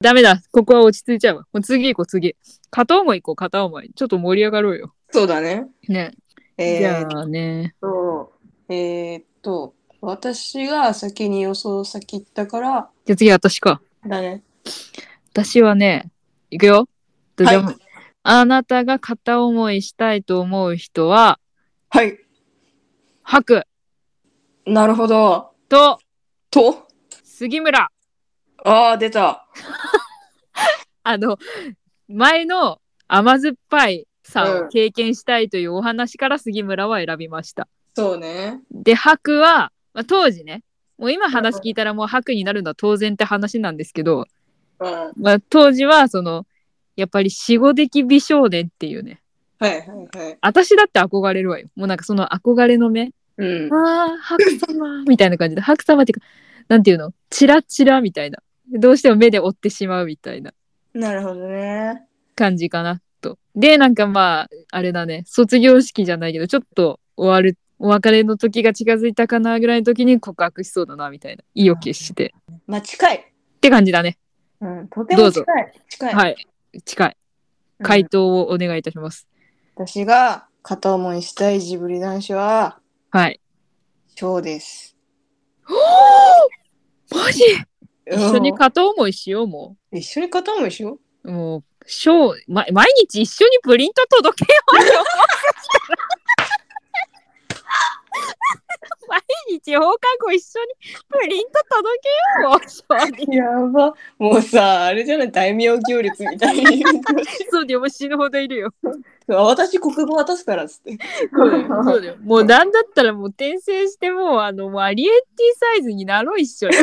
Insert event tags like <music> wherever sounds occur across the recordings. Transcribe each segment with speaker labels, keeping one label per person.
Speaker 1: ダメだ。ここは落ち着いちゃうわ。もう次行こう、次。片思い行こう、片思い。ちょっと盛り上がろうよ。
Speaker 2: そうだね。
Speaker 1: ね。じ
Speaker 2: えー
Speaker 1: ゃ
Speaker 2: っ
Speaker 1: あね。
Speaker 2: と、えーっと、私が先に予想先行ったから、
Speaker 1: じゃあ次、私か。
Speaker 2: だね。
Speaker 1: 私はね、行くよ。じ
Speaker 2: は
Speaker 1: ゃ
Speaker 2: い
Speaker 1: ああなたが片思いしたいと思う人は、
Speaker 2: はい。
Speaker 1: ハク
Speaker 2: なるほど。
Speaker 1: と
Speaker 2: と、
Speaker 1: 杉村。
Speaker 2: ああ、出た。
Speaker 1: あの、前の甘酸っぱいさ
Speaker 2: う
Speaker 1: を
Speaker 2: ん
Speaker 1: 経験したいというお話から杉村は選びました。
Speaker 2: そうね。
Speaker 1: で、ハクは、まあ、当時ね、もう今話聞いたらもうハクになるのは当然って話なんですけど、
Speaker 2: うん。はい
Speaker 1: まあ、当時はその、やっぱり死後的美少年っていうね。
Speaker 2: はいはい。
Speaker 1: 私だって憧れるわよ。もうなんかその憧れの目。
Speaker 2: うん。
Speaker 1: ああ、白様 <laughs> みたいな感じで、白様っていうか、なんていうのチラチラみたいな。どうしても目で追ってしまうみたいな
Speaker 2: なるほどね。
Speaker 1: 感じかなと。で、なんかまあ、あれだね、卒業式じゃないけど、ちょっと終わる、お別れの時が近づいたかなぐらいの時に告白しそうだな、みたいな。意を決して。
Speaker 2: まあ、近い。
Speaker 1: って感じだね。
Speaker 2: うん。とて
Speaker 1: ど
Speaker 2: も
Speaker 1: うぞ
Speaker 2: 近い。近い。
Speaker 1: はい。近い。
Speaker 2: うん
Speaker 1: 回答をお願いいたします。
Speaker 2: 私が片思いしたいジブリ男子は、
Speaker 1: はい。
Speaker 2: 翔です。
Speaker 1: マジ一緒に片思いしよう、も
Speaker 2: うん一緒に片思いしよう。
Speaker 1: う。もう、ショー、ま、毎日一緒にプリント届けようよ。 <laughs> 毎日放課後一緒にプリント届けよう。
Speaker 2: やば。もうさ、あれじゃない大名行列みたいに。
Speaker 1: そうだよ、もう死ぬほどいるよ。
Speaker 2: 私、国語渡すからっつって。
Speaker 1: <laughs> そうだよそうだよもうなんだったらもう転生してもうあのもうアリエッティサイズになろう一緒に。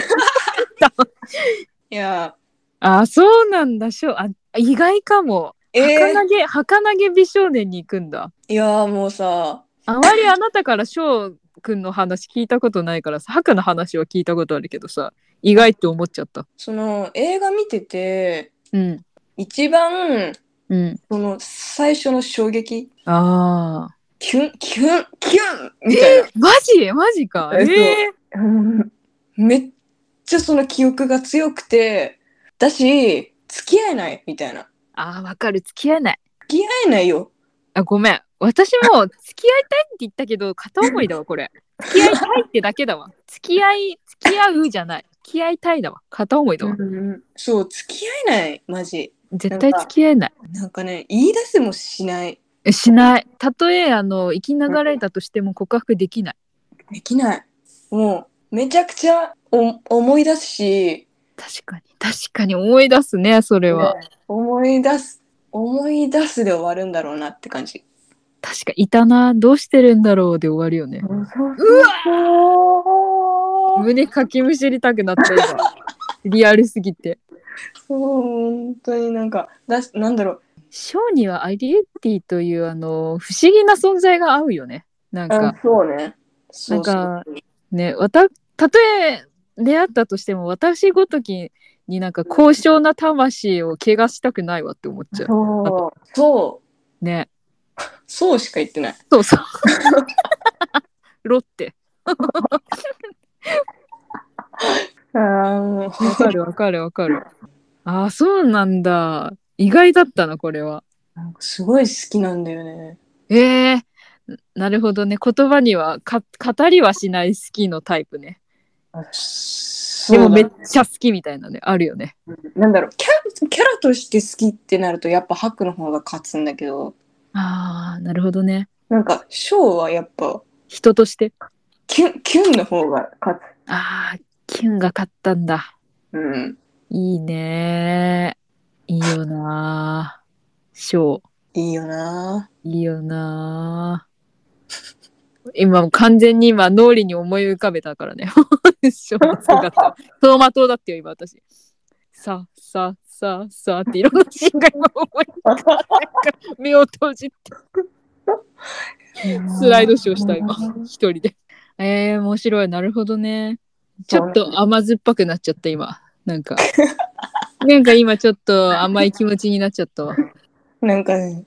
Speaker 2: いや、
Speaker 1: あ、そうなんだ、ショー。あ意外かも。
Speaker 2: えー
Speaker 1: 儚げ、儚げ美少年に行くんだ。
Speaker 2: いやもうさ、
Speaker 1: あまりあなたから翔くんの話聞いたことないからさ、ハクの話は聞いたことあるけどさ、意外って思っちゃった。
Speaker 2: その映画見てて、
Speaker 1: うん。
Speaker 2: 一番、
Speaker 1: うん。
Speaker 2: その最初の衝撃、
Speaker 1: ああ。
Speaker 2: キュン、キュン、キュンみたい
Speaker 1: マジマジか。
Speaker 2: え
Speaker 1: え
Speaker 2: っと
Speaker 1: え
Speaker 2: な。うんめっちゃその記憶が強くて、だし、付き合えないみたいな。
Speaker 1: ああ、わかる。付き合えない。
Speaker 2: 付き合えないよ。
Speaker 1: あ、ごめん。私も付き合いたいって言ったけど、片思いだわ、これ。付き合いたいってだけだわ。付き合い、付き合うじゃない。付き合いたいだわ。片思いだわ。
Speaker 2: そう、付き合えない、マジ。
Speaker 1: 絶対付き合えない。
Speaker 2: なんかね、言い出せもしない。
Speaker 1: えしない。たとえ、あの、生きながられたとしても告白できない。
Speaker 2: できない。もう、めちゃくちゃお思い出すし、
Speaker 1: 確かに。確かに思い出すね、それは。
Speaker 2: 思い出す、思い出すで終わるんだろうなって感じ。
Speaker 1: 確かいたなどうしてるんだろうで終わるよね
Speaker 2: うわ
Speaker 1: 胸かきむしりたくな <laughs> った今リアルすぎて
Speaker 2: そう、本当になんか、だしなんだろう。
Speaker 1: ショーにはアリエッティというあの不思議な存在が合うよねなんか
Speaker 2: そうね。そうそう
Speaker 1: なんねわたたとえ出会ったとしても私ごときになんか高尚な魂を怪我したくないわって思っちゃ
Speaker 2: そう。そう。
Speaker 1: うね
Speaker 2: そうしか言ってない。
Speaker 1: そうそう <laughs> ロッテ
Speaker 2: ああ、もう。
Speaker 1: わかるわかるわかるああそうなんだ意外だったなこれは
Speaker 2: なんかすごい好きなんだよね。
Speaker 1: ええなるほどね言葉にはか語りはしない好きのタイプね
Speaker 2: そ
Speaker 1: でも
Speaker 2: うだ
Speaker 1: めっちゃ好きみたいなねあるよね
Speaker 2: なんだろうキャラ、キャラとして好きってなると、やっぱハクの方が勝つんだけど、
Speaker 1: あーなるほどね
Speaker 2: なんか、ショーはやっぱ、
Speaker 1: 人として
Speaker 2: キュン、キュンの方が勝つ。
Speaker 1: あーキュンが勝ったんだ
Speaker 2: うん。
Speaker 1: いいねいいよなショー
Speaker 2: いいよない
Speaker 1: いよな今もう完全に今脳裏に思い浮かべたからね <laughs> ショーの姿走馬灯だってよ今私ささささっていろんなシーンが今思い目を閉じてスライドショーした今一人で。えー、面白いなるほどね。ちょっと甘酸っぱくなっちゃった今なんか <laughs> なんか今ちょっと甘い気持ちになっちゃったわ
Speaker 2: なんかね、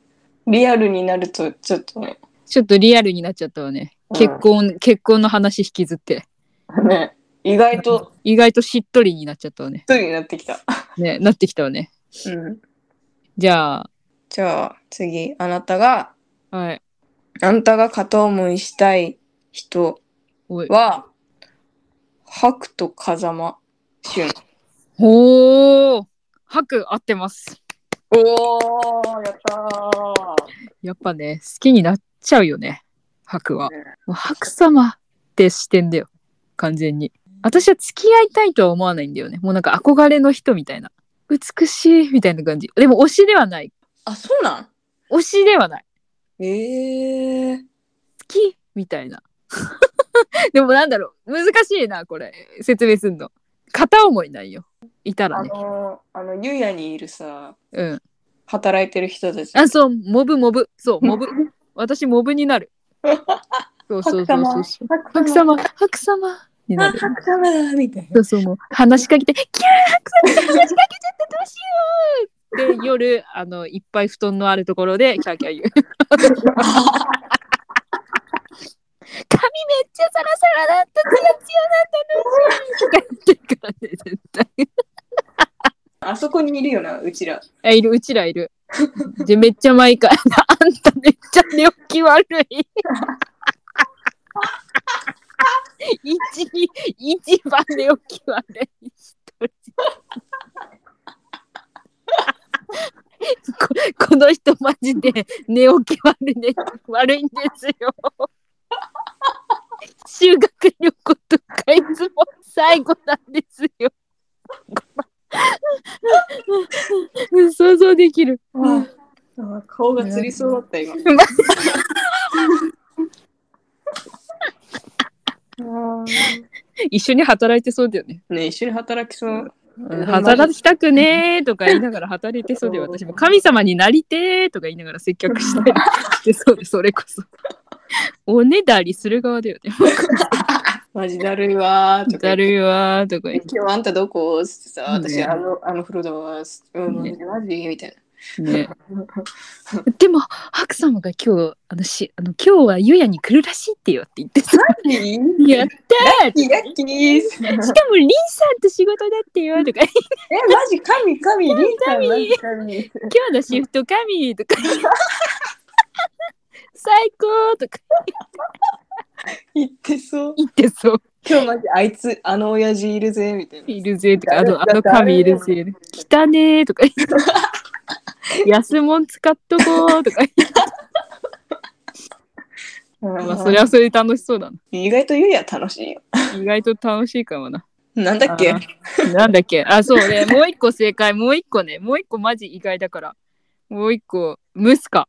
Speaker 2: リアルになると、ちょっとね、
Speaker 1: ちょっとリアルになっちゃったわね
Speaker 2: うん
Speaker 1: 結婚、結婚の話引きずって
Speaker 2: ね、意外と
Speaker 1: 意外としっとりになっちゃったわね。
Speaker 2: 一人になってきた。
Speaker 1: ね、なってきたわね。
Speaker 2: うん。
Speaker 1: じゃあ、
Speaker 2: じゃあ次、あなたが、
Speaker 1: はい。
Speaker 2: あなたが片思いしたい人
Speaker 1: おい。
Speaker 2: は、白と風間俊。
Speaker 1: おー白合ってます。
Speaker 2: おー、やったー。
Speaker 1: やっぱね、好きになっちゃうよね、白は
Speaker 2: ね。
Speaker 1: もう白様って視点だよ、完全に。私は付き合いたいとは思わないんだよね。もうなんか憧れの人みたいな。美しいみたいな感じ。でも推しではない。
Speaker 2: あ、そうなん
Speaker 1: 推しではない。
Speaker 2: ええー。
Speaker 1: 好きみたいな。 <laughs> でもなんだろう、難しいな、これ。説明すんの。片思いないよ。いたら
Speaker 2: あ
Speaker 1: ね。
Speaker 2: のー、あの、ゆうやにいるさ、
Speaker 1: うん。
Speaker 2: 働いてる人たち。
Speaker 1: あ、そう、モブモブ。
Speaker 2: <laughs>
Speaker 1: そう、モブ。私、モブになる。そうそうそうそうそう。白
Speaker 2: 白
Speaker 1: 様、白様にな
Speaker 2: あ
Speaker 1: る。
Speaker 2: 白様だみたいな。
Speaker 1: そうそう、もう話しかけて、キャー白様話しかけちゃった、どうしようで、夜、あの、いっぱい布団のあるところで、キャーキャー言う。髪めっちゃサラサラだった、ツヤツヤだった、どうしようとか言ってるからね、絶
Speaker 2: あそこにいるよな、うちら。
Speaker 1: 対。あ、いる、うちらいる。で、めっちゃ毎回、 <laughs> あんためっちゃ寝起き悪い。 <laughs> 一、一番寝起き悪い一人。こ <laughs> この人マジで寝起き悪い,、ね、悪いんですよ。 <laughs> 修学旅行とかいつも最後なんですよ。想像できる。
Speaker 2: ああ顔がつりそうだっ
Speaker 1: <laughs>
Speaker 2: た、今。あー
Speaker 1: 一緒に働いてそうだよね。
Speaker 2: ね一緒に働きそう。
Speaker 1: 働きたくねーとか言いながら働いてそうで私も神様になりてーとか言いながら接客したりしてそう <laughs> でそれこそおねだりする側だよね
Speaker 2: マジだるいわーとか。
Speaker 1: だるいわーとか言っ
Speaker 2: 今日あんたどこっつってさ、私、
Speaker 1: ね
Speaker 2: あのあの風呂だわーっつってうん、
Speaker 1: ね
Speaker 2: マジみたい
Speaker 1: てね <laughs> でも白様が今日あのしあの今日はゆやに来るらしいってよって言ってさ
Speaker 2: な。
Speaker 1: <laughs> やったー <laughs> って
Speaker 2: キラッキーっすえ、マ
Speaker 1: しかもリンさんと仕事だってよとか
Speaker 2: ジ神神、リンさんマジ神。
Speaker 1: 今日のシフト神とか <laughs> 言って最高とか
Speaker 2: 言ってそう。
Speaker 1: 言ってそう
Speaker 2: 今日マジあいつ、あの親父いるぜみたいな。
Speaker 1: いるぜとか、あ
Speaker 2: 誰
Speaker 1: の、あの
Speaker 2: 誰
Speaker 1: 紙いるぜ。汚ねえと
Speaker 2: <laughs>
Speaker 1: か言って。安物使っとこうとか言
Speaker 2: <laughs>
Speaker 1: って。まあ、それはそれで楽しそうだな。
Speaker 2: 意外とゆうや楽しいよ。
Speaker 1: 意外と楽しいかもな。
Speaker 2: なんだっけ
Speaker 1: あーなんだっけあ、そうね。もう一個正解。もう一個ね。もう一個マジ意外だから。もう一個、ムス
Speaker 2: <laughs>
Speaker 1: カ。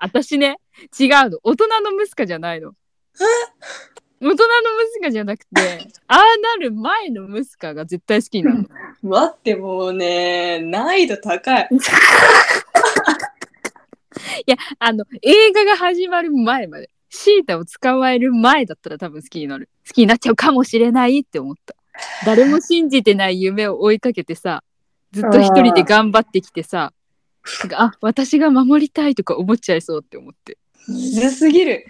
Speaker 1: 私ね、違うの。大人のムスカじゃないの。大人のムスカじゃなくて、ああなる前のムスカが絶対好きになるの。
Speaker 2: 待ってもうね難易度高い
Speaker 1: あの映画が始まる前までシータを捕まえる前だったら多分好きになる好きになっちゃうかもしれないって思った誰も信じてない夢を追いかけてさずっと一人で頑張ってきてさなんかあ私が守りたいとか思っちゃいそうって思って
Speaker 2: ずるすぎる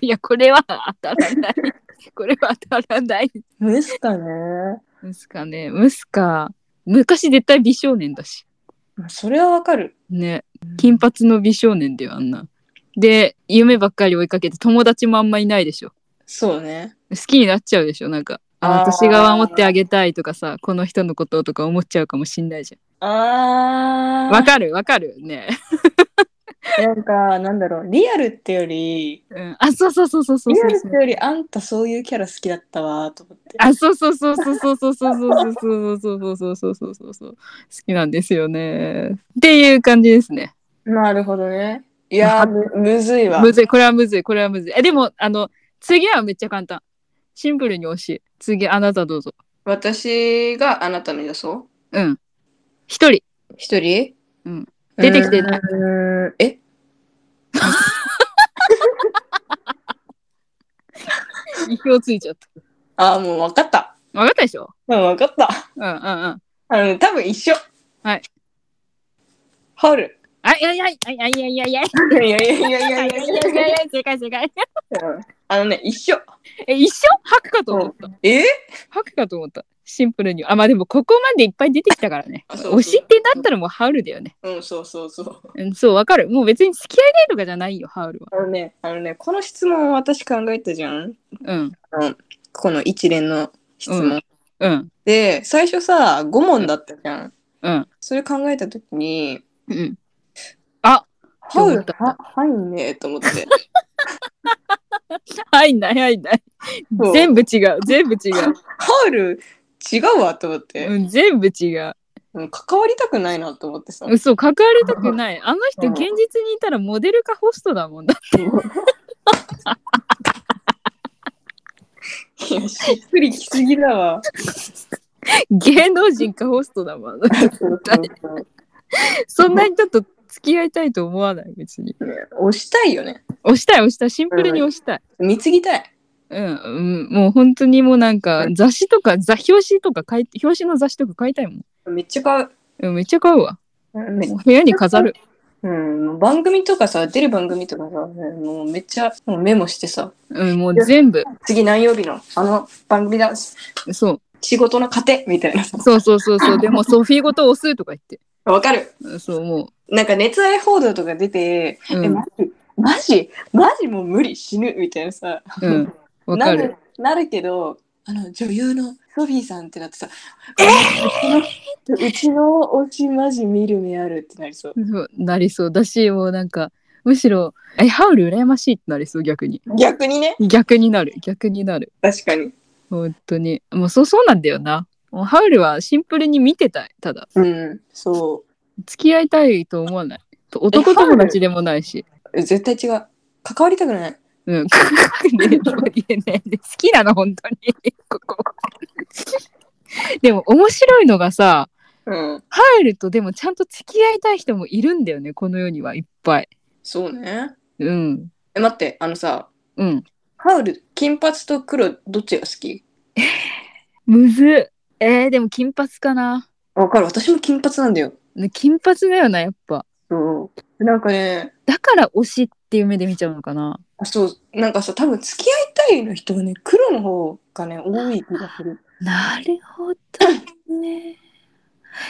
Speaker 1: いやこれは当たらないこれは当たらない
Speaker 2: ムスかね
Speaker 1: ムスカねムスカ昔絶対美少年だし
Speaker 2: それはわかる
Speaker 1: ね金髪の美少年だよあんなで夢ばっかり追いかけて友達もあんまいないでしょ
Speaker 2: そうね
Speaker 1: 好きになっちゃうでしょなんかあ
Speaker 2: あー
Speaker 1: 私が守ってあげたいとかさこの人のこととか思っちゃうかもしんないじゃ
Speaker 2: あ
Speaker 1: ん
Speaker 2: ー
Speaker 1: わかるわかるね、
Speaker 2: なんかなんだろうリアルってより
Speaker 1: うん、あそうそうそうそうそう
Speaker 2: リア
Speaker 1: そう
Speaker 2: ルってよりあんたそういうキャラ好きだったわーと思って
Speaker 1: あそうそうそうそうそうそうそうそうそうそうそうそうそうそうそうそう好きなんですよねっていう感じですね
Speaker 2: なるほどねいやーむむずいわ
Speaker 1: むずいこれはむずいこれはむずいえでもあの次はめっちゃ簡単シンプルに惜しい次あなたどうぞ
Speaker 2: 私があなたの予想
Speaker 1: うん一人
Speaker 2: 一人
Speaker 1: うん出てきてないう
Speaker 2: ーんえ
Speaker 1: 意表ついちゃった
Speaker 2: あーもうわかった
Speaker 1: わかったでしょ
Speaker 2: うんわかった
Speaker 1: うんうんうん
Speaker 2: あのね多分一緒
Speaker 1: はい
Speaker 2: ハウル
Speaker 1: ああいやいやいやいやいやいやいやい
Speaker 2: いやいやいやいやい
Speaker 1: や
Speaker 2: や
Speaker 1: い
Speaker 2: い
Speaker 1: や
Speaker 2: や
Speaker 1: い
Speaker 2: い
Speaker 1: やいや
Speaker 2: や
Speaker 1: いや正解正解。
Speaker 2: あのね、一緒。
Speaker 1: え、一緒吐くかと思った。
Speaker 2: え
Speaker 1: 吐くかと思った。シンプルに。あ、まあでもここまでいっぱい出てきたからね。
Speaker 2: あそう
Speaker 1: 推しってなったらもうハウルだよね。
Speaker 2: うん、そうそうそう。
Speaker 1: うん、そう、わかる。もう別に付き合いたいとかじゃないよ、ハウルは。
Speaker 2: あのね、あのね、この質問を私考えたじゃん。
Speaker 1: うん。
Speaker 2: この一連の質問。
Speaker 1: うんうん。
Speaker 2: で、最初さ、5問だったじゃん。
Speaker 1: うん。
Speaker 2: それ考えたときに、
Speaker 1: うん。あ
Speaker 2: ハウ
Speaker 1: 思
Speaker 2: ル
Speaker 1: った
Speaker 2: は入んねえと思って。
Speaker 1: 入んない入んない
Speaker 2: そう。
Speaker 1: 全部違う。全部違
Speaker 2: ハウル違うわと思っ
Speaker 1: う。
Speaker 2: て、
Speaker 1: うん、全部違う。
Speaker 2: うん、関わりたくないなと思ってさ。
Speaker 1: そう、関わりたくない。あの人、
Speaker 2: うん
Speaker 1: 現実にいたらモデルかホストだもん <laughs> だ。
Speaker 2: いや、しっくりきすぎだわ。
Speaker 1: 芸能人かホストだもん。
Speaker 2: そうそうそう
Speaker 1: そんなにちょっと付き合いたいと思わない、別に。
Speaker 2: ね押したいよね。
Speaker 1: 押したい、押したい。シンプルに押したい。
Speaker 2: 貢ぎたい。
Speaker 1: うん、うん、もう本当にもうなんか
Speaker 2: う
Speaker 1: 雑誌とか、雑表紙とか買い、表紙の雑誌とか買いたいもん。
Speaker 2: めっちゃ買う。
Speaker 1: うん、めっちゃ買うわ。
Speaker 2: め
Speaker 1: もう部屋に飾る。
Speaker 2: うん、もう番組とかさ、出る番組とかさ、もうめっちゃもうメモしてさ、
Speaker 1: うん、もう全部。
Speaker 2: 次何曜日のあの番組だ、
Speaker 1: そう。
Speaker 2: 仕事の糧みたいなさ。
Speaker 1: そうそうそうそう。でもソフィーごと押すとか言って。
Speaker 2: わかる。
Speaker 1: うんそう、も
Speaker 2: なんか熱愛報道とか出て、
Speaker 1: う。う
Speaker 2: え、
Speaker 1: ん
Speaker 2: マ、ジマジマジもう無理死ぬみたいなさ。
Speaker 1: うん。わか
Speaker 2: な
Speaker 1: る。
Speaker 2: るなるけどあの女優のソフィーさんってなってさうちのうちのおちマジ見る目あるってなりそう
Speaker 1: そうなりそうだしもうなんかむしろえハウル羨ましいってなりそう逆に
Speaker 2: 逆にね
Speaker 1: 逆になる逆になる
Speaker 2: 確かに
Speaker 1: 本当にもうそうそうなんだよなもうハウルはシンプルに見てたいただ
Speaker 2: うんそ
Speaker 1: 付き合いたいと思わないと男友達でもないし
Speaker 2: う絶対違う関わりたくない
Speaker 1: うんねえねえ好きなの本当にここでも面白いのがさ
Speaker 2: うん
Speaker 1: ハウルとでもちゃんと付き合いたい人もいるんだよねこの世にはいっぱい
Speaker 2: そうね
Speaker 1: うん
Speaker 2: え待ってあのさ
Speaker 1: うん
Speaker 2: ハウル金髪と黒どっちが好き
Speaker 1: むずっえー、でも金髪かな
Speaker 2: わかる私も金髪なんだよ
Speaker 1: ね金髪だよなやっぱ
Speaker 2: そうなんかね
Speaker 1: だから推しっていう目で見ちゃうのかな
Speaker 2: あそうなんかさ多分付き合いたいの人はね黒の方がね多い気がする
Speaker 1: なるほどね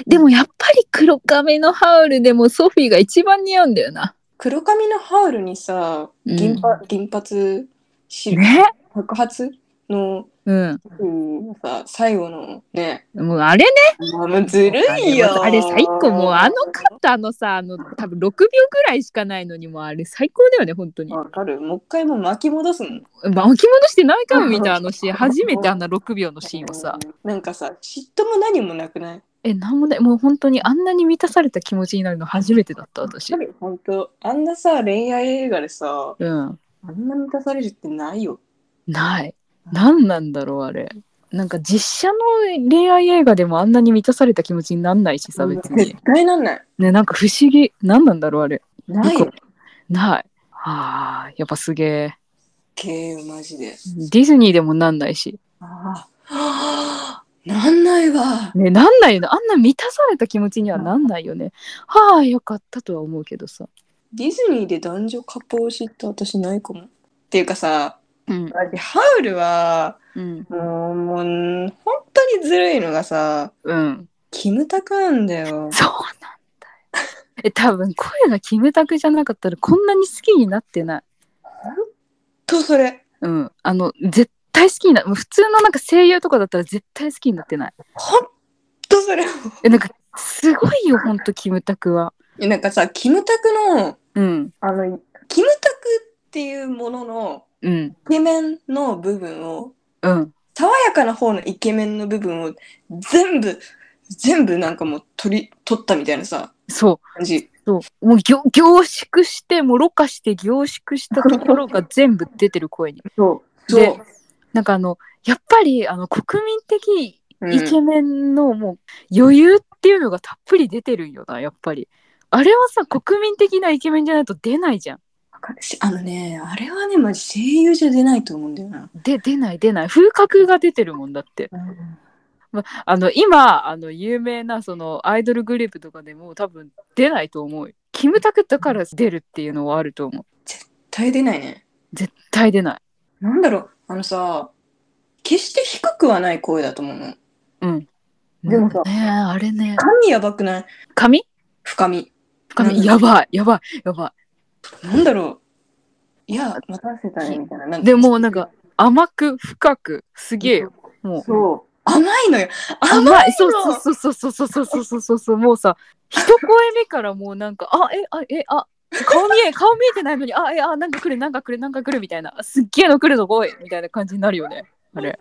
Speaker 1: でもやっぱり黒髪のハウルでもソフィーが一番似合うんだよな
Speaker 2: 黒髪のハウルにさ
Speaker 1: うん
Speaker 2: 銀髪、銀髪白
Speaker 1: ね
Speaker 2: 白髪の、
Speaker 1: うん
Speaker 2: うん、さ最後のね
Speaker 1: もうあれね
Speaker 2: あもうずるいよ
Speaker 1: あれ最高もうあのカットあのさあの多分6秒ぐらいしかないのにもうあれ最高だよね本当に
Speaker 2: わかるもう一回もう巻き戻すの
Speaker 1: まあ巻き戻して何回も見たあの
Speaker 2: <laughs>
Speaker 1: シーン初めてあんな6秒のシーンをさ
Speaker 2: なんかさ嫉妬も何もなくない
Speaker 1: えなんもないもう本当にあんなに満たされた気持ちになるの初めてだった私
Speaker 2: 本当あんなさ恋愛映画でさ
Speaker 1: うん
Speaker 2: あんな満たされるってないよ
Speaker 1: ない。何なんだろうあれ。なんか実写の恋愛映画でもあんなに満たされた気持ちになんないしさ別に
Speaker 2: 絶。対なんない
Speaker 1: ねなんか不思議。何なんだろうあれ。
Speaker 2: ない
Speaker 1: よ
Speaker 2: よ
Speaker 1: くない。はあやっぱすげえ。
Speaker 2: 経由マジで
Speaker 1: ディズニーでもなんないし。
Speaker 2: ああはあなんないわ
Speaker 1: ねなんないよね。あんな満たされた気持ちにはなんないよね。はあよかったとは思うけどさ。
Speaker 2: ディズニーで男女カップ推しって私ないかも。っていうかさ、
Speaker 1: うん。
Speaker 2: ハウルは、
Speaker 1: うん。
Speaker 2: もう、もう、本当にずるいのがさ、
Speaker 1: うん。
Speaker 2: キムタクなんだよ。
Speaker 1: そうなんだよ。え多分声がキムタクじゃなかったらこんなに好きになってない。
Speaker 2: と、それ。
Speaker 1: うん、あの絶対好きになもう普通のなんか声優とかだったら絶対好きになってない
Speaker 2: ほんとそれ。
Speaker 1: えなんかすごいよほんとキムタクは
Speaker 2: えなんかさ、キムタクの、
Speaker 1: うん
Speaker 2: あの、キムタクっていうものの、
Speaker 1: うん
Speaker 2: イケメンの部分を、
Speaker 1: うん
Speaker 2: 爽やかな方のイケメンの部分を、全部、全部なんかもう取り、取ったみたいなさ、
Speaker 1: そ
Speaker 2: 感じ
Speaker 1: う。そうもうぎょ凝縮してもうろ過して凝縮したところが全部出てる声に
Speaker 2: そう。
Speaker 1: でなんかあのやっぱりあの国民的
Speaker 2: うん
Speaker 1: イケメンのもう余裕っていうのがたっぷり出てるんよなやっぱりあれはさ国民的なイケメンじゃないと出ないじゃん
Speaker 2: しあのねあれはねマジ声優じゃ出ないと思うんだよな。
Speaker 1: で出ない出ない風格が出てるもんだってあの今あの有名なそのアイドルグループとかでも多分出ないと思うよキムタクだから出るっていうのはあると思う
Speaker 2: 耐え出ないね。
Speaker 1: 絶対出ない
Speaker 2: なんだろう、あのさ、決して低くはない声だと思うの。
Speaker 1: うん
Speaker 2: でもさ
Speaker 1: ねえあれね
Speaker 2: 髪やばくない
Speaker 1: 髪
Speaker 2: 深み。
Speaker 1: 髪やばいやばいやば
Speaker 2: なんだろう。いや、待たせたねみたいな。なん
Speaker 1: い
Speaker 2: か
Speaker 1: でもうなんか、甘く深くすげえよもう
Speaker 2: そう。甘いのよ。甘いの
Speaker 1: 甘いそうそうそうそうそうそうそうそうそうそうもうさ一声目からもうなんかあえあえあ顔見
Speaker 2: <laughs>
Speaker 1: え顔見えてないのにあえあなんか来るなんか来るなんか来るみたいなすっげえの来るぞ来いみたいな感じになるよねあれ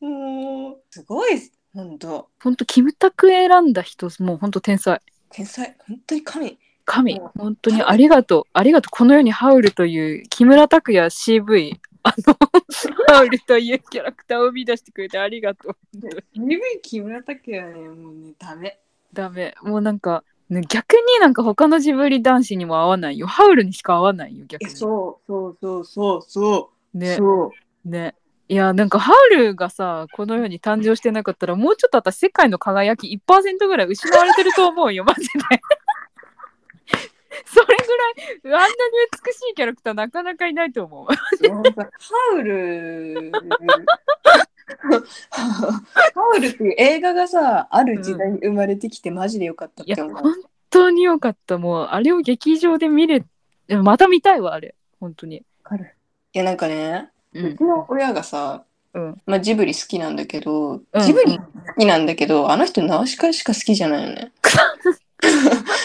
Speaker 2: もうすごい、本当
Speaker 1: ほんとキムタク選んだ人もうほんと天才
Speaker 2: 天才、本当に神。
Speaker 1: 神本当にありがとうありがとうこの世にハウルという木村拓哉 CV あのハウルというキャラクターを生み出してくれてありがとう
Speaker 2: 鈍い木村拓哉はね、もうね、ダメ。
Speaker 1: ダメもうなんか、ね、逆になんか他のジブリ男子にも合わないよハウルにしか合わないよ逆に
Speaker 2: え、そう、そう、そう、そう、そ
Speaker 1: ね
Speaker 2: <laughs> そう。
Speaker 1: ねいやなんかハウルがさこの世に誕生してなかったらもうちょっと私世界の輝き1%ぐらい失われてると思うよ <laughs> マジでそれぐらいあんなに美しいキャラクターなかなかいないと思う
Speaker 2: なんかハウル。 <laughs> ハウルっていう映画がさ、ある時代に生まれてきて、マジでよかったっ
Speaker 1: いや
Speaker 2: て思う。
Speaker 1: 本当によかったもうあれを劇場で見れでもまた見たいわあれ本当に
Speaker 2: いや、なんかね、
Speaker 1: う
Speaker 2: うんちの親がさ、
Speaker 1: うん
Speaker 2: まあ、ジブリ好きなんだけど、
Speaker 1: うん
Speaker 2: ジブリ好きなんだけど、あの人、ナウシカしか好きじゃないよね。 <laughs>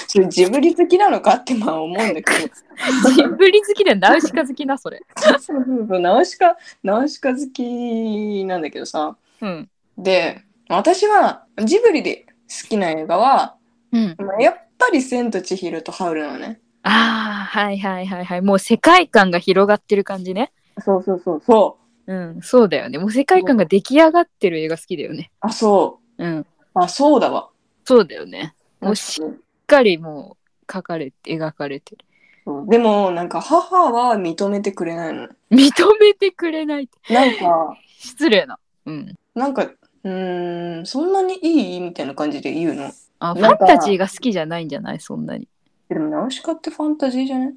Speaker 2: それジブリ好きなのかってまあ思うんだけど、
Speaker 1: ジブリ好きでナウシカ好きなそれ
Speaker 2: そうそうそうナウシカ、ナウシカ好きなんだけどさ、
Speaker 1: うん
Speaker 2: で、私はジブリで好きな映画は、
Speaker 1: うん
Speaker 2: まあ、やっぱり「千と千尋とハウル」のね
Speaker 1: ああはいはいはいはいもう世界観が広がってる感じね
Speaker 2: そうそうそうそう
Speaker 1: うん、そうだよね。もう世界観が出来上がってる映画好きだよね。
Speaker 2: あそ
Speaker 1: うん、
Speaker 2: うあそうだわ
Speaker 1: そうだよね。もうしっかりもう描かれて、描かれてる。
Speaker 2: そうでもなんか母は認めてくれないの
Speaker 1: 認めてくれないって。
Speaker 2: なんか
Speaker 1: 失礼な。うん。
Speaker 2: なんかうーんそんなにいいみたいな感じで言うの
Speaker 1: あ、フ
Speaker 2: なん
Speaker 1: ァ
Speaker 2: か
Speaker 1: ンタジーが好きじゃないんじゃないそんなに。
Speaker 2: でもナウシカってファンタジーじゃない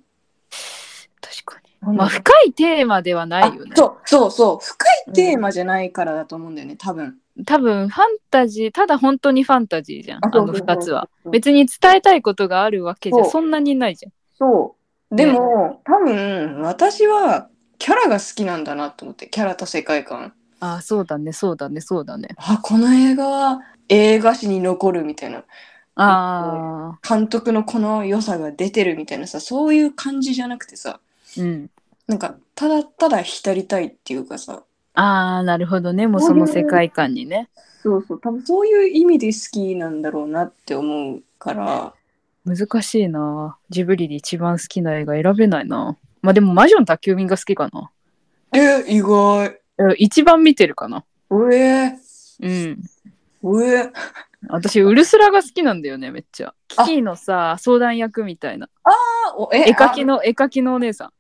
Speaker 1: 確か
Speaker 2: な
Speaker 1: に。
Speaker 2: ん
Speaker 1: ま
Speaker 2: だ
Speaker 1: あ、深いテーマではないよね
Speaker 2: あ。そうそうそう深いテーマじゃないからだと思うんだよね多分
Speaker 1: 多分、ファンタジー、ただ本当にファンタジーじゃん。あ
Speaker 2: そう
Speaker 1: の
Speaker 2: そうそう
Speaker 1: 2つは。
Speaker 2: そう
Speaker 1: 別に伝えたいことがあるわけじゃ
Speaker 2: そう
Speaker 1: そんなにないじゃん。
Speaker 2: そうでも、多分私はキャラが好きなんだなと思ってキャラと世界観
Speaker 1: あ、そうだね、そうだね、そうだね。
Speaker 2: あこの映画は映画史に残るみたいな
Speaker 1: あ
Speaker 2: 監督のこの良さが出てるみたいなさそういう感じじゃなくて
Speaker 1: あ、
Speaker 2: さ
Speaker 1: うん。
Speaker 2: なんかただただ浸りたいっていうかさ
Speaker 1: ああ、なるほどね。もうその世界観にね。
Speaker 2: そうそう多分そういう意味で好きなんだろうなって思うから
Speaker 1: 難しいなジブリで一番好きな映画選べないなまあでも魔女の宅急便が好きかな
Speaker 2: え意外
Speaker 1: うん一番見てるかな
Speaker 2: うえ
Speaker 1: うん
Speaker 2: うえ
Speaker 1: 私ウルスラが好きなんだよねめっちゃキ
Speaker 2: あ
Speaker 1: キのさ相談役みたいな
Speaker 2: あおえ
Speaker 1: 絵描き
Speaker 2: あ
Speaker 1: の絵描きのお姉さ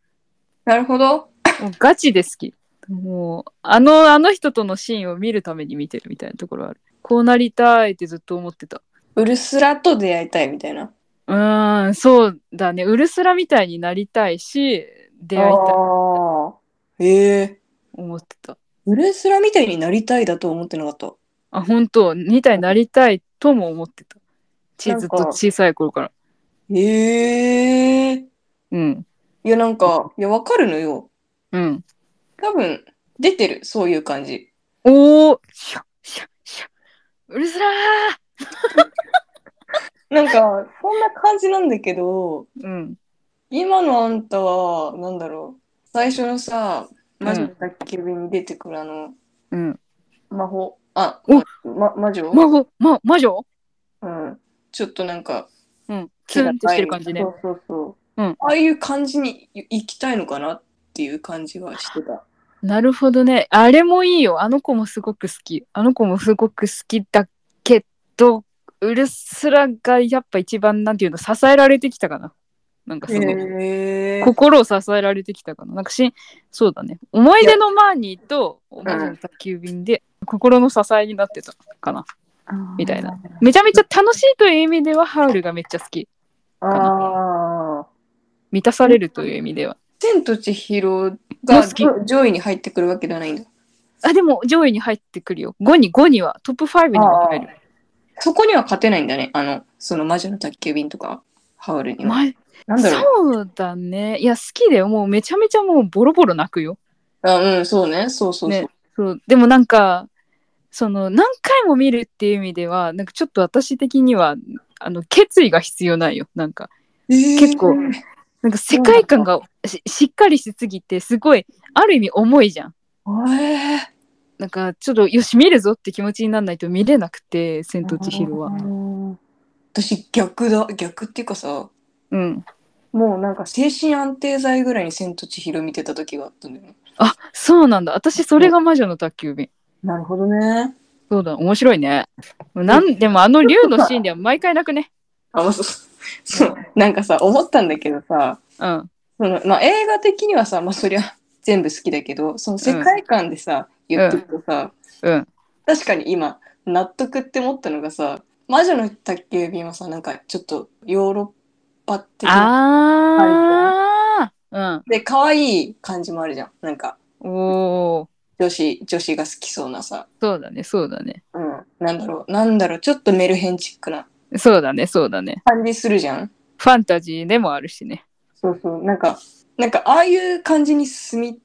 Speaker 2: なるほど
Speaker 1: んもうガチで好きもうあのあの人とのシーンを見るために見てるみたいなところあるこうなりたいってずっと思ってた
Speaker 2: ウルスラと出会いたいみたいな
Speaker 1: うーんそうだねウルスラみたいになりたいし出会いたい
Speaker 2: あーええ
Speaker 1: 思ってた
Speaker 2: ウルスラみたいになりたいだと思ってなかった
Speaker 1: あ本当みたいになりたいとも思ってたちずっと小さい頃から
Speaker 2: ええ
Speaker 1: うん
Speaker 2: いやなんかいやわかるのよ
Speaker 1: うん
Speaker 2: 多分出てるそういう感じ
Speaker 1: おおシャッシャッシャッうるすら
Speaker 2: なんかそんな感じなんだけど
Speaker 1: ーうん
Speaker 2: 今のあんたはなんだろう最初のさ「魔女の宅急便」に出てくるあの
Speaker 1: うん
Speaker 2: 魔法あ
Speaker 1: お
Speaker 2: ま魔女、
Speaker 1: 孫ま魔女
Speaker 2: うん、ちょっとなんか
Speaker 1: うんツンとしてる感じね
Speaker 2: そうそうそう、
Speaker 1: うん
Speaker 2: ああいう感じに行きたいのかなっていう感じがしてた
Speaker 1: なるほどねあれもいいよあの子もすごく好きあの子もすごく好きだけどうるすらがやっぱ一番なんていうの支えられてきたかななんかすごく
Speaker 2: へえ
Speaker 1: 心を支えられてきたかな。なんかしそうだね。思い出のマーニーとお魔女の宅急便で心の支えになってたかな。みたいなめちゃめちゃ楽しいという意味ではハウルがめっちゃ好き。
Speaker 2: あ
Speaker 1: 満たされるという意味では。
Speaker 2: 千と千尋が
Speaker 1: 好き
Speaker 2: 上位に入ってくるわけではないんだ。
Speaker 1: あ、でも上位に入ってくるよ。5に、5には、トップ5には入る。
Speaker 2: そこには勝てないんだね。あの、その魔女の宅急便とか、ハウルには。
Speaker 1: 前
Speaker 2: なんだろう。
Speaker 1: そうだね。いや、好きだよ。もうめちゃめちゃもうボロボロ泣くよ。
Speaker 2: あうん、そうね。そうそうそう。
Speaker 1: ねそう。でもなんか、その何回も見るっていう意味では、なんかちょっと私的には、あの、決意が必要ないよ。なんか、
Speaker 2: えー
Speaker 1: 結構なんか世界観がししっかりしすぎて、すごい、ある意味重いじゃん。
Speaker 2: えー
Speaker 1: なんか、ちょっと、よし、見るぞって気持ちにならないと見れなくて、千と千尋は
Speaker 2: あ。ー私、逆だ。逆っていうかさ、
Speaker 1: うん。
Speaker 2: もうなんか精神安定剤ぐらいに千と千尋見てた時があったんだよね。
Speaker 1: あ、そうなんだ。私、それが魔女の宅急便。
Speaker 2: なるほどね。
Speaker 1: そうだ、面白いね。なんでも、あの竜のシーンでは毎回泣くね。
Speaker 2: あ、まあそうそう。そうなんかさ、思ったんだけどさ、
Speaker 1: うん。
Speaker 2: そのまあ、映画的にはさ、まあ、そりゃ全部好きだけど、その世界観でさ、言ってるとさ、
Speaker 1: うん。
Speaker 2: 確かに今、納得って思ったのがさ、魔女の宅急便はさ、なんかちょっとヨーロッパ的な。
Speaker 1: ああ。
Speaker 2: で、可愛い感じもあるじゃん。なんか、
Speaker 1: うん。おお。
Speaker 2: 女子、女子が好きそうなさ、
Speaker 1: そうだね、そうだね。
Speaker 2: うん、なんだろう、なんだろう、ちょっとメルヘンチックな
Speaker 1: そうだね、そうだね。
Speaker 2: 感じするじゃん。
Speaker 1: ファンタジーでもあるしね。
Speaker 2: そうそう、なんか、なんか、ああいう感じに住み、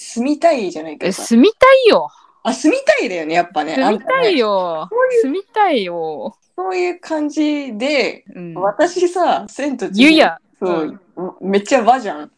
Speaker 2: 住みたいじゃないけ
Speaker 1: え、
Speaker 2: どさ。
Speaker 1: 住みたいよ。
Speaker 2: あ、住みたいだよね、やっぱね。
Speaker 1: 住みた
Speaker 2: あんた
Speaker 1: い
Speaker 2: ね。
Speaker 1: よ。住みたいよ。
Speaker 2: そういう感じで、
Speaker 1: うん。
Speaker 2: 私さ、千と千尋
Speaker 1: ゆや。
Speaker 2: そう、めっちゃ和じゃん。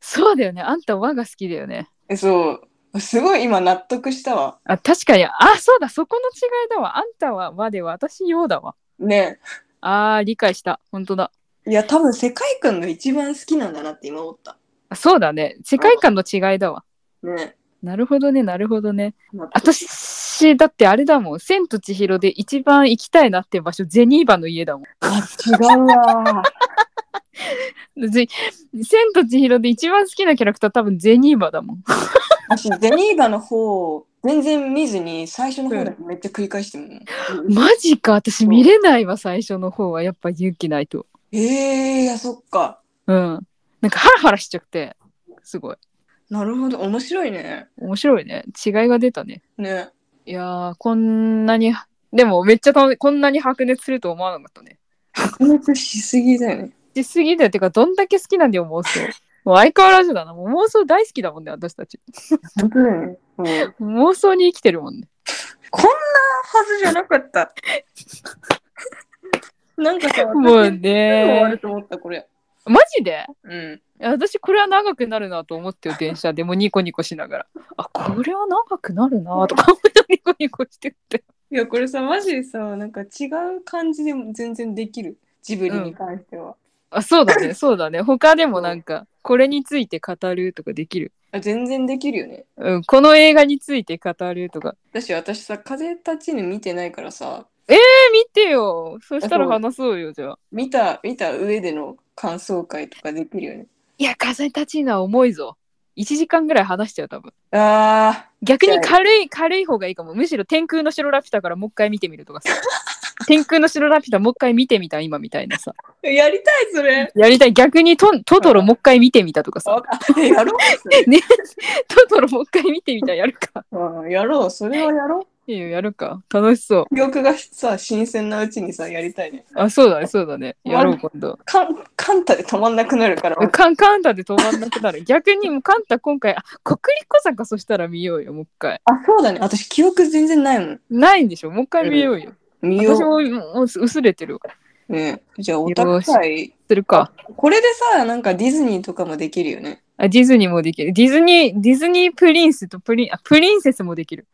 Speaker 1: そうだよね。あんた和が好きだよね。
Speaker 2: えそう、すごい今納得したわ。
Speaker 1: あ、確かに。あ、そうだ、そこの違いだわ。あんたは和で私洋だわ。
Speaker 2: ね。
Speaker 1: あー、理解した。本当だ。
Speaker 2: いや、多分世界観が一番好きなんだなって今思った。
Speaker 1: あそうだね。世界観の違いだわ。
Speaker 2: ね。
Speaker 1: なるほどね、なるほどね。
Speaker 2: 納得
Speaker 1: 私だってあれだもん「千と千尋」で一番行きたいなって場所ゼニーバの家だも
Speaker 2: あ、違うわ。
Speaker 1: んぜ千と千尋で一番好きなキャラクター多分ゼニーバだもん
Speaker 2: 私、ゼニーバの方を全然見ずに、最初の方だけめっちゃ繰り返してるの。
Speaker 1: マジか私見れないわ最初の方はやっぱ勇気ないと
Speaker 2: えー、いや、そっか。
Speaker 1: うんなんかハラハラしちゃってすごい
Speaker 2: なるほど、面白いね。
Speaker 1: 面白いね違いが出たね
Speaker 2: ね。
Speaker 1: いやーこんなにでもめっちゃ楽しこんなに白熱すると思わなかったね
Speaker 2: 白熱しすぎだよね。
Speaker 1: しすぎだよてかどんだけ好きなんだよ妄想 <laughs> もう相変わらずだなもう妄想大好きだもんね私たち
Speaker 2: 本当だよね。もう
Speaker 1: 妄想に生きてるもんね
Speaker 2: こんなはずじゃなか <laughs> った。なんかさ、
Speaker 1: もう
Speaker 2: 私終わ
Speaker 1: ね
Speaker 2: ると思った、これ。
Speaker 1: マジで
Speaker 2: うん。
Speaker 1: いや私これは長くなるなと思ってよ電車でもうニコニコしながらあこれは長くなるなとか思ってニコニコしてて
Speaker 2: いや、これさ、マジでさ、なんか違う感じでも全然できる。ジブリに関しては。
Speaker 1: あそうだねそうだね他でもなんかこれについて語るとかできる、
Speaker 2: あ全然できるよね。
Speaker 1: うん、この映画について語るとか
Speaker 2: だし、私さ、風立ちぬ見てないからさ、
Speaker 1: え見てよそしたら話そうよじゃあ
Speaker 2: 見た、見た上での感想会とかできるよね。
Speaker 1: いや風立ちぬは重いぞ1時間ぐらい話しちゃう多分
Speaker 2: あ
Speaker 1: 逆に軽い軽い方がいいかもむしろ天空の城ラピュタからもう一回見てみるとか <laughs> さ天空の城ラピュタもう一回見てみた今みたいなさ
Speaker 2: ー、やりたい、それ。
Speaker 1: やりたい逆にトトトロもう一回見てみたとか
Speaker 2: あ
Speaker 1: さ
Speaker 2: あ <laughs> やろうそれ
Speaker 1: ねトトロもう一回見てみたやるか
Speaker 2: うん。やろう、それはやろう。
Speaker 1: いいよやるか楽しそう
Speaker 2: 記憶がさ、新鮮なうちにさ、やりたいね。
Speaker 1: あそうだねそうだねやろう今度
Speaker 2: かん、カンタで止まんなくなるから。
Speaker 1: カンカンタで止まんなくなる逆にもうカンタ今回あコクリコ坂そしたら見ようよもう一回
Speaker 2: あ、そうだね。私、記憶全然ないもん。
Speaker 1: ないんでしょもう一回見ようよ、
Speaker 2: 見
Speaker 1: 私
Speaker 2: よ
Speaker 1: ももう薄れてるわ
Speaker 2: う。ね、じゃあ、オタク会。
Speaker 1: するか
Speaker 2: これでさ、なんかディズニーとかもできるよね。
Speaker 1: あディズニーもできるディズニーディズニープリンスとプリンあプリンセスもできる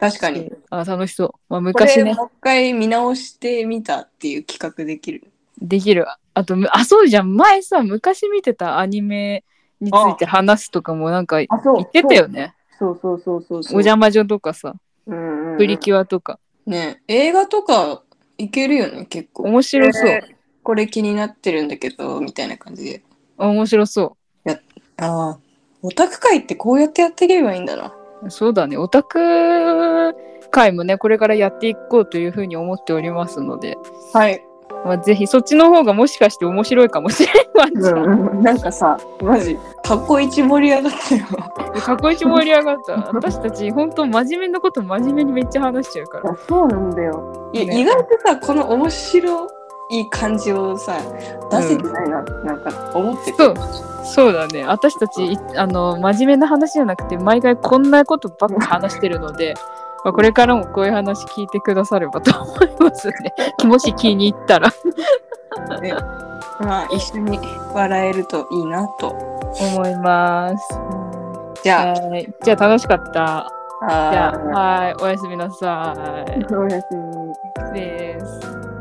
Speaker 2: 確かに。
Speaker 1: あ楽しそう、まあ、
Speaker 2: これ、
Speaker 1: 昔ね
Speaker 2: もう一回見直してみたっていう企画できる。
Speaker 1: できるあとむあそうじゃん前さ昔見てたアニメについて話すとかもなんか言
Speaker 2: あ、そ
Speaker 1: ってたよ。ね
Speaker 2: そうそうそうそう
Speaker 1: 「お邪魔女」とかさ
Speaker 2: うん
Speaker 1: 「
Speaker 2: うん
Speaker 1: プリキュア」とか
Speaker 2: ね、映画とかいけるよね、結構。
Speaker 1: 面白そう、
Speaker 2: えーこれ気になってるんだけど、みたいな感じで。
Speaker 1: 面白そ
Speaker 2: ああ、オタク会ってこうやってやっていけばいいんだな。
Speaker 1: うそうだねオタク会もねこれからやっていこうというふうに思っておりますので
Speaker 2: はい。
Speaker 1: まあ、ぜひそっちの方がもしかして面白いかもしれんわ、
Speaker 2: うん、なんかさマジ過去一盛り上がったよ
Speaker 1: 過去一盛り上が <laughs> った私たち本当真面目なこと真面目にめっちゃ話しちゃうから
Speaker 2: そうなんだよい
Speaker 1: ね
Speaker 2: 意外とさこの面白い感じをさ出せてないな、なんか思ってて
Speaker 1: そうそうだね私たちいあの真面目な話じゃなくて毎回こんなことばっか話してるので、まあ、これからもこういう話聞いてくださればと思います <laughs> ねもし気に入ったら
Speaker 2: まあ一緒に笑えるといいなと
Speaker 1: 思います
Speaker 2: じゃあ
Speaker 1: はいじゃあ楽しかったじゃあ
Speaker 2: あ
Speaker 1: はいおやすみなさ
Speaker 2: ーおやす
Speaker 1: い
Speaker 2: み
Speaker 1: です